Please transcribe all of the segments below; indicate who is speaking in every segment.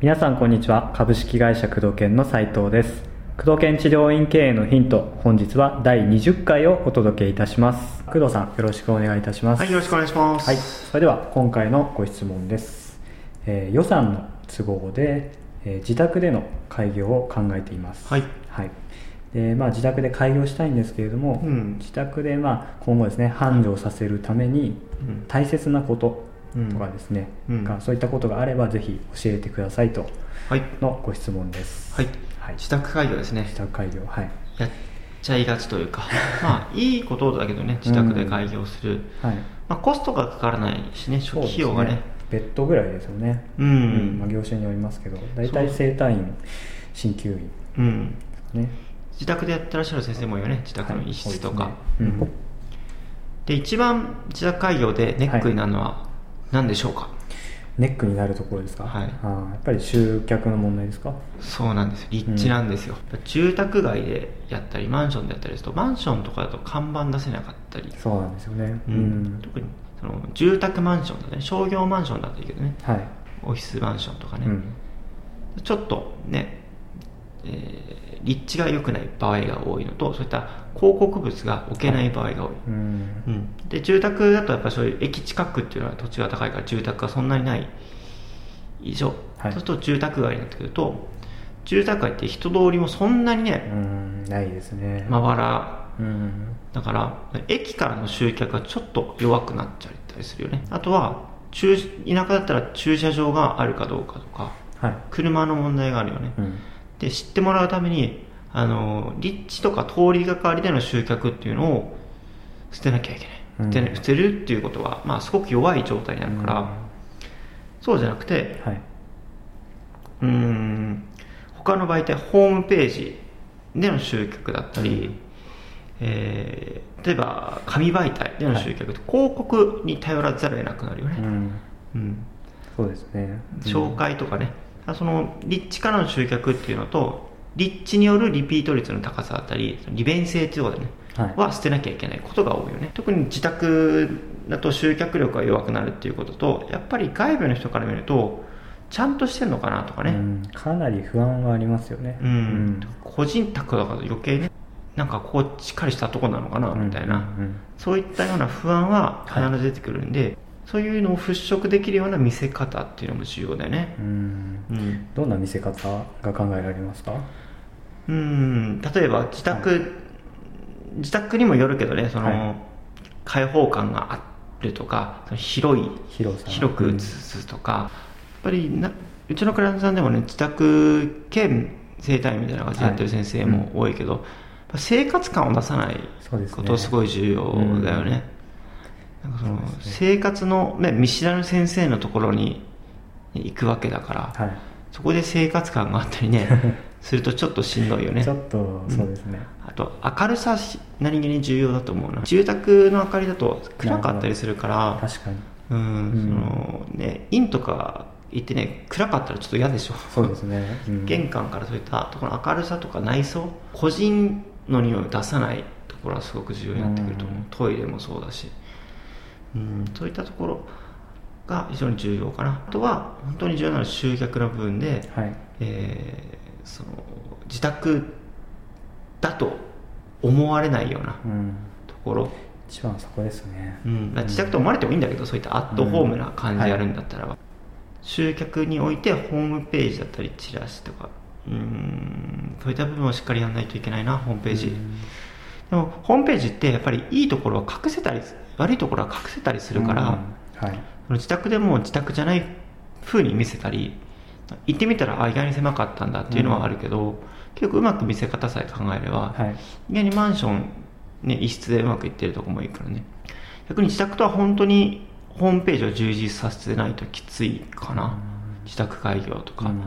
Speaker 1: 皆さんこんにちは株式会社工藤研の斉藤です工藤研治療院経営のヒント本日は第20回をお届けいたします工藤さんよろしくお願いいたします
Speaker 2: はい、よろしくお願いします。
Speaker 1: はい、それでは今回のご質問です、えー予算の都合で、えー自宅での開業を考えています
Speaker 2: はい、
Speaker 1: はいでまあ、自宅で開業したいんですけれども、
Speaker 2: うん
Speaker 1: 自宅でまあ今後ですね繁盛させるために
Speaker 2: うん
Speaker 1: 大切なこととかですね、
Speaker 2: うん
Speaker 1: がそういったことがあればぜひ教えてくださいと
Speaker 2: はい、
Speaker 1: のご質問です
Speaker 2: はい
Speaker 1: はい、
Speaker 2: 自宅開業ですね
Speaker 1: 自。宅開業はい
Speaker 2: やっちゃいがちという か、まあ、いいことだけどね、自宅で開業する。
Speaker 1: はい
Speaker 2: まあ、コストがかからないしね、初期費用がね。
Speaker 1: ベッドぐらいですよね
Speaker 2: うん
Speaker 1: まあ、業種によりますけど大体整体院鍼灸院
Speaker 2: うん。
Speaker 1: ね
Speaker 2: 自宅でやってらっしゃる先生もいるよね、自宅の一室とか。
Speaker 1: はい多いですね
Speaker 2: で、一番自宅開業でネックになるのは何でしょうか、
Speaker 1: ネックになるところですか、
Speaker 2: はい
Speaker 1: ああやっぱり集客の問題ですか
Speaker 2: そうなんですよ立地なんですよ、住宅街でやったりマンションでやったりするとマンションとかだと看板出せなかったり
Speaker 1: そうなんですよね
Speaker 2: うん、特にその住宅マンションだとね商業マンションだといいけどね
Speaker 1: はい、
Speaker 2: オフィスマンションとかね、
Speaker 1: うん
Speaker 2: ちょっとね、えー立地が良くない場合が多いのとそういった広告物が置けない場合が多い、
Speaker 1: うん
Speaker 2: うんで住宅だとやっぱりそういう駅近くっていうのは土地が高いから住宅がそんなにない以上、
Speaker 1: はい
Speaker 2: そうすると住宅街になってくると住宅街って人通りもそんなに
Speaker 1: う
Speaker 2: ね
Speaker 1: んないですね、
Speaker 2: まばら
Speaker 1: うん
Speaker 2: だから駅からの集客がちょっと弱くなっちゃったりするよねあとは駐田舎だったら駐車場があるかどうかとか
Speaker 1: はい、
Speaker 2: 車の問題があるよね、
Speaker 1: うん
Speaker 2: で知ってもらうためにあの立地とか通りがかりでの集客っていうのを捨てなきゃいけ
Speaker 1: う
Speaker 2: なんい、捨てな捨てるっていうことは、まあ、すごく弱い状態になるから、
Speaker 1: うん
Speaker 2: そうじゃなくて
Speaker 1: はい、
Speaker 2: うーん他の媒体ホームページでの集客だったり、えー例えば紙媒体での集客って広告に頼らざるを得なくなるよ
Speaker 1: う
Speaker 2: ね、
Speaker 1: ん、
Speaker 2: うん
Speaker 1: そうですね
Speaker 2: 紹介とかね、その立地からの集客っていうのと立地によるリピート率の高さだったり利便性っていうことでね、
Speaker 1: はい
Speaker 2: は捨てなきゃいけないことが多いよね特に自宅だと集客力が弱くなるっていうこととやっぱり外部の人から見るとちゃんとしてんのかなとかね、
Speaker 1: うんかなり不安はありますよね
Speaker 2: うん個人宅だから余計ねなんかこうしっかりしたとこなのかな
Speaker 1: うん
Speaker 2: みたいな、
Speaker 1: うん
Speaker 2: そういったような不安は必ず出てくるんで、そういうのを払拭できるような見せ方っていうのも重要だよね
Speaker 1: う、ん
Speaker 2: うん
Speaker 1: どんな見せ方が考えられますか
Speaker 2: うん例えば自宅、自宅にもよるけどねその、
Speaker 1: はい
Speaker 2: 開放感があるとかその広い
Speaker 1: 広さ
Speaker 2: 広く映すとか、やっぱりなうちのクライアントさんでもね自宅兼生態みたいな感じでやってる先生も多いけど、やっぱ生活感を出さない
Speaker 1: そうですね
Speaker 2: ことすごい重要だよね。なんかその
Speaker 1: そうですね
Speaker 2: 生活の、ね、見知らぬ先生のところに行くわけだから、
Speaker 1: はい
Speaker 2: そこで生活感があった りねするとちょっとしんどいよね
Speaker 1: ちょっとそうですね、
Speaker 2: あと明るさし何気に重要だと思うな住宅の明かりだと暗かったりするから
Speaker 1: 確かに
Speaker 2: うん、
Speaker 1: うん
Speaker 2: そのね院とか行ってね暗かったらちょっと嫌でしょ
Speaker 1: そうですね、うん
Speaker 2: 玄関からそういったところの明るさとか内装個人の匂いを出さないところはすごく重要になってくると思う、
Speaker 1: うん
Speaker 2: トイレもそうだし、うん、そういったところが非常に重要かなあとは本当に重要なのは集客の部分で、
Speaker 1: はい
Speaker 2: えーその自宅だと思われないような
Speaker 1: うん
Speaker 2: ところ、
Speaker 1: 一番そこですね、
Speaker 2: うんまあ自宅と思われてもいいんだけどそういったアットホームな感じやるんだったらば、集客においてホームページだったりチラシとかうんそういった部分をしっかりやらないといけないなホームページ、でもホームページってやっぱりいいところは隠せたり悪いところは隠せたりするから、
Speaker 1: うんはい
Speaker 2: その自宅でも自宅じゃない風に見せたり行ってみたらあ意外に狭かったんだっていうのはあるけど、結構うまく見せ方さえ考えれば、
Speaker 1: はい
Speaker 2: 意外にマンション、ね、一室でうまくいってるとこもいいからね逆に自宅とは本当にホームページを充実させないときついかな、自宅開業とか、
Speaker 1: うん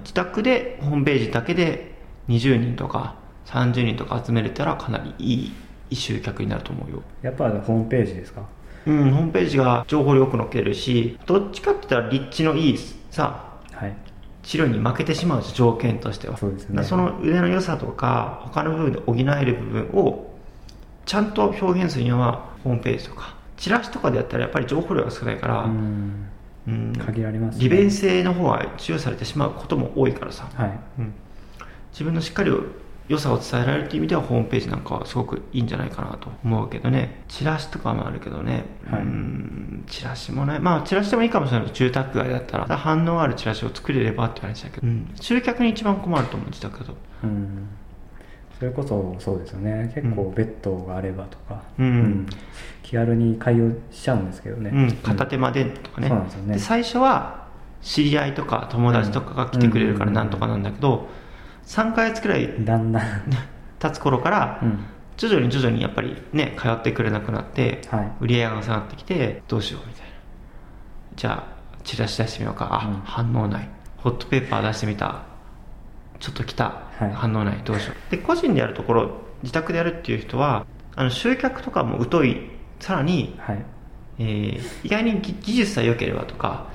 Speaker 2: 自宅でホームページだけで20人とか30人とか集めれたらかなりいい集客になると思うよ
Speaker 1: やっぱホームページですか
Speaker 2: うん、ホームページが情報量多く載っけるし、どっちかって言ったら立地のいいさ、
Speaker 1: はい
Speaker 2: 治療に負けてしまうし条件としては。
Speaker 1: そうですね
Speaker 2: だからその腕の良さとか、他の部分で補える部分をちゃんと表現するにはホームページとかチラシとかでやったらやっぱり情報量が少ないから、
Speaker 1: うん
Speaker 2: うん
Speaker 1: 限られますね
Speaker 2: 利便性の方が重要視されてしまうことも多いからさ、
Speaker 1: はい
Speaker 2: うん自分のしっかり良さを伝えられるという意味ではホームページなんかはすごくいいんじゃないかなと思うけどねチラシとかもあるけどね、
Speaker 1: はい
Speaker 2: うんチラシもねまあチラシでもいいかもしれないけど住宅街だったら反応あるチラシを作れればって話だけど、うん集客に一番困ると思う自宅だと
Speaker 1: うんそれこそそうですよね結
Speaker 2: う
Speaker 1: 構
Speaker 2: ん
Speaker 1: ベッドがあればとか、
Speaker 2: うん
Speaker 1: 気軽に開用しちゃうんですけどね、
Speaker 2: うん、片手間でとかね,、
Speaker 1: そうなんですよね
Speaker 2: 最初は知り合いとか友達とかが来てくれるからなんとかなんだけど、3ヶ月くらい
Speaker 1: だんだん、
Speaker 2: 経つ頃から、
Speaker 1: うん
Speaker 2: 徐々に徐々にやっぱりね通ってくれなくなって、
Speaker 1: はい
Speaker 2: 売り上げが下がってきてどうしようみたいなじゃあチラシ出してみようかあ、
Speaker 1: うん
Speaker 2: 反応ないホットペーパー出してみたちょっと来た、
Speaker 1: はい
Speaker 2: 反応ないどうしようで個人でやるところ自宅でやるっていう人はあの集客とかも疎いさらに、
Speaker 1: はい
Speaker 2: えー意外に技技術さえ良ければとか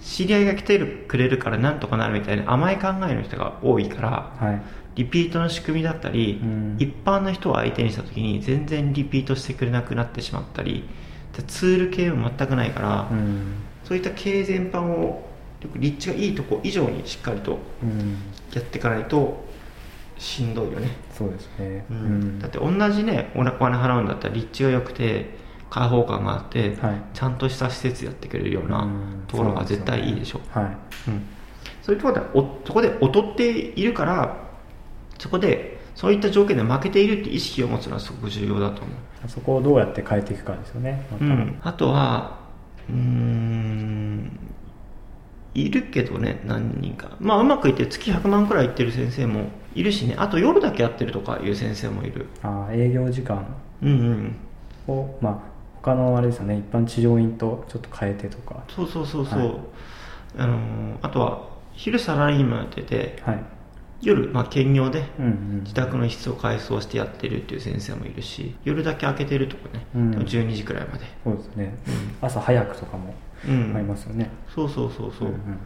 Speaker 2: 知り合いが来てるくれるからなんとかなるみたいな甘い考えの人が多いから、
Speaker 1: はい
Speaker 2: リピートの仕組みだったり、
Speaker 1: うん
Speaker 2: 一般の人を相手にした時に全然リピートしてくれなくなってしまったりでツール系も全くないから、
Speaker 1: うん、
Speaker 2: そういった経営全般を立地がいいとこ以上にしっかりと
Speaker 1: うん、
Speaker 2: やっていかないとしんどいよね、
Speaker 1: そうですね、
Speaker 2: うんだって同じねお金払うんだったら立地が良くて開放感があって、
Speaker 1: はい
Speaker 2: ちゃんとした施設やってくれるよう
Speaker 1: う
Speaker 2: なんところが
Speaker 1: そうな
Speaker 2: 絶
Speaker 1: んすよね
Speaker 2: 対いいでしょう
Speaker 1: はい
Speaker 2: うん、そういうところでおそこで劣っているからそこでそういった条件で負けているって意識を持つのはすごく重要だと思う、
Speaker 1: そこをどうやって変えていくかですよねまた
Speaker 2: うん、あとはうーんいるけどね何人かまあうまくいって月100万くらいいってる先生もいるしねあと夜だけやってるとかいう先生もいる
Speaker 1: あー営業時間
Speaker 2: うんうん
Speaker 1: をまあ他のあれですよね一般治療院とちょっと変えてとか
Speaker 2: そうそうそうそう、
Speaker 1: はい
Speaker 2: あのーあとは昼サラリーマンやってて
Speaker 1: はい
Speaker 2: 夜、まあ、兼業で
Speaker 1: うんうん
Speaker 2: 自宅の一室を改装してやってるっていう先生もいるし夜だけ開けてるとこね、
Speaker 1: うん
Speaker 2: でも12時くらいまで、
Speaker 1: そうですね、朝早くとかも
Speaker 2: うん
Speaker 1: ありますよね、
Speaker 2: そうそうそうそう、
Speaker 1: んん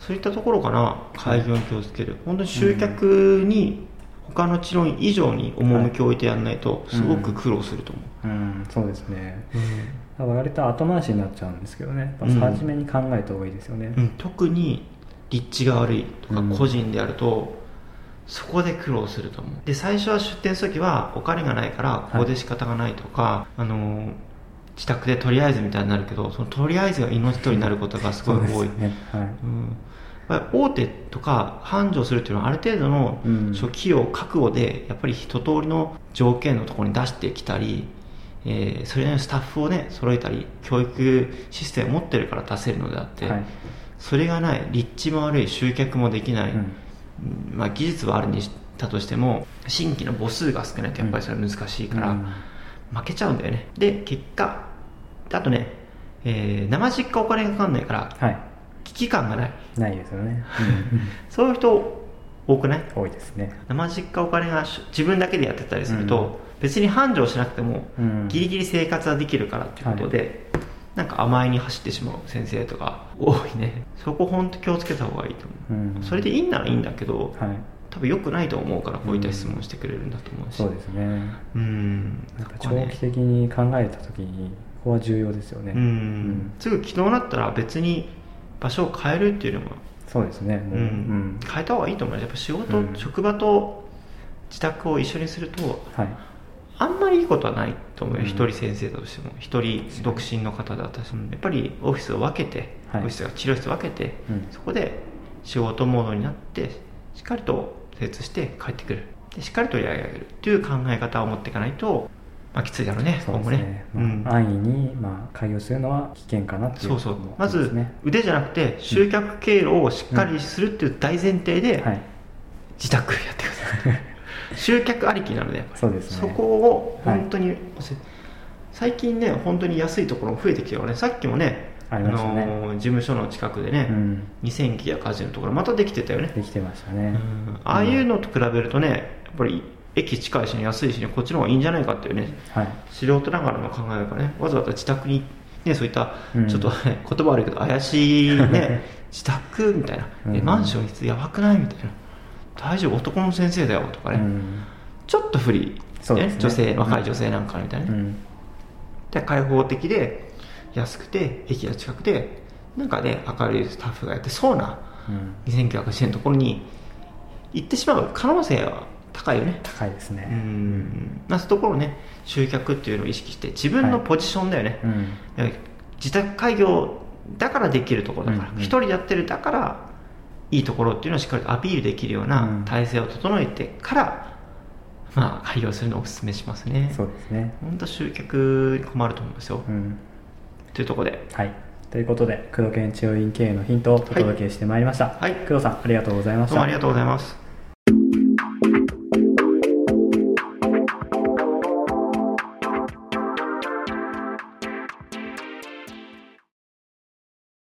Speaker 2: そういったところかな開業に気をつける本当に集客に他の治療院以上に趣を置いてやんないとすごく苦労すると思
Speaker 1: うん、そうですね。
Speaker 2: う、
Speaker 1: だから割と後回しになっちゃうんですけどね。やっぱ初めに考えた方がいいですよね。
Speaker 2: うん特に立地が悪いとか
Speaker 1: うん
Speaker 2: 個人でやると、そこで苦労すると思うで最初は出店する時はお金がないからここで仕方がないとか、あのー自宅でとりあえずみたいになるけどそのとりあえずが命取りになることがすごい
Speaker 1: そうです
Speaker 2: 多い、
Speaker 1: よね。はい。
Speaker 2: うん、やっぱり大手とか繁盛するっていうのはある程度の
Speaker 1: うん
Speaker 2: 初期を覚悟でやっぱり一通りの条件のところに出してきたり、えーそれなりのスタッフをね揃えたり教育システムを持ってるから出せるのであって、
Speaker 1: はい
Speaker 2: それがない立地も悪い集客もできない、
Speaker 1: うん
Speaker 2: うんまあ、技術はあるにしたとしても新規の母数が少ないとやっぱりそれは難しいから、
Speaker 1: うん
Speaker 2: 負けちゃうんだよねで結果あとね、えー生実家お金がかかんないから
Speaker 1: はい。
Speaker 2: 危機感がない
Speaker 1: ないですよね。
Speaker 2: そういう人多くない
Speaker 1: うん多いですね。
Speaker 2: 生実家お金がし自分だけでやってたりすると、別に繁盛しなくても、
Speaker 1: うん
Speaker 2: ギリギリ生活はできるからっていうことで、なんか甘えに走ってしまう先生とか多いねそこ本当気をつけた方がいいと思う、
Speaker 1: うん
Speaker 2: それでいいんならいいんだけど、
Speaker 1: はい。
Speaker 2: 多分良くないと思うからこういった質問してくれるんだと思うし
Speaker 1: そうですね。
Speaker 2: うん
Speaker 1: なんか
Speaker 2: そこは
Speaker 1: 長
Speaker 2: ね
Speaker 1: 期的に考えたときに、ここは重要ですよね。
Speaker 2: うん、すぐ昨日なったら別に場所を変えるっていうよりも
Speaker 1: そうですね。もう
Speaker 2: う
Speaker 1: うんん。
Speaker 2: 変えた方がいいと思うやっぱ仕事、
Speaker 1: うん
Speaker 2: 職場と自宅を一緒にすると
Speaker 1: はい。
Speaker 2: あんまりいいことはないと思うよ
Speaker 1: うん
Speaker 2: 一、人先生だとしても一人独身の方だったとしてもやっぱりオフィスを分けて、
Speaker 1: はい
Speaker 2: オフィスが治療室を分けて、
Speaker 1: うん
Speaker 2: そこで仕事モードになってしっかりと精通して帰ってくるでしっかりとやり上げるっていう考え方を持っていかないと、まあ、きついだろうね
Speaker 1: そう
Speaker 2: 今
Speaker 1: で
Speaker 2: 後
Speaker 1: す
Speaker 2: ね
Speaker 1: ね。
Speaker 2: う
Speaker 1: ま
Speaker 2: ん
Speaker 1: あ安易に、まあ、開業するのは危険かなっていう
Speaker 2: そうそう
Speaker 1: こともあ
Speaker 2: ま
Speaker 1: りす
Speaker 2: ず
Speaker 1: ね
Speaker 2: 腕じゃなくて集客経路をしっかりするっていう大前提で、
Speaker 1: はい。
Speaker 2: 自宅やってく ださい集客ありきなのでやっぱり
Speaker 1: そうですね
Speaker 2: そこを本当に、最近ね本当に安いところも増えてきてるからねさっきもね
Speaker 1: ありましたね
Speaker 2: のー事務所の近くでね、
Speaker 1: うん
Speaker 2: 2980のところまたできてたよね
Speaker 1: できてましたね。
Speaker 2: うんああいうのと比べるとねやっぱり駅近いしね安いしねこっちの方がいいんじゃないかっていうね
Speaker 1: はい。
Speaker 2: 素人ながらの考えがねわざわざ自宅に、ね、そういった
Speaker 1: うん
Speaker 2: ちょっと、ね言葉悪いけど怪しいね自宅みたいな、え
Speaker 1: うん
Speaker 2: マンション一室やばくないみたいな大丈夫男の先生だよとかね、
Speaker 1: うん
Speaker 2: ちょっと不利
Speaker 1: そうですね
Speaker 2: 女性若い女性なんかみたいなね、
Speaker 1: うん
Speaker 2: で開放的で安くて駅が近くでなんかね明るいスタッフがやってそうな
Speaker 1: うん
Speaker 2: 2980円のところに行ってしまう可能性は高いよね
Speaker 1: 高いです
Speaker 2: う
Speaker 1: ね
Speaker 2: んまあそういうところをね集客っていうのを意識して自分の
Speaker 1: はい
Speaker 2: ポジションだよね、
Speaker 1: うん
Speaker 2: 自宅開業だからできるところだから
Speaker 1: うんうん
Speaker 2: 一、人やってるだからいいところっていうのをしっかりとアピールできるよう
Speaker 1: う
Speaker 2: なん体制を整えてから、まあ開業するのをお勧めしますね
Speaker 1: そうですね
Speaker 2: 本当集客に困ると思いますよ、
Speaker 1: うん
Speaker 2: というところで
Speaker 1: はいということで工藤県治療院経営のヒントをお届けしてまいりました、
Speaker 2: はい
Speaker 1: 工藤さんありがとうございまし
Speaker 2: どう
Speaker 1: た
Speaker 2: もありがとうございます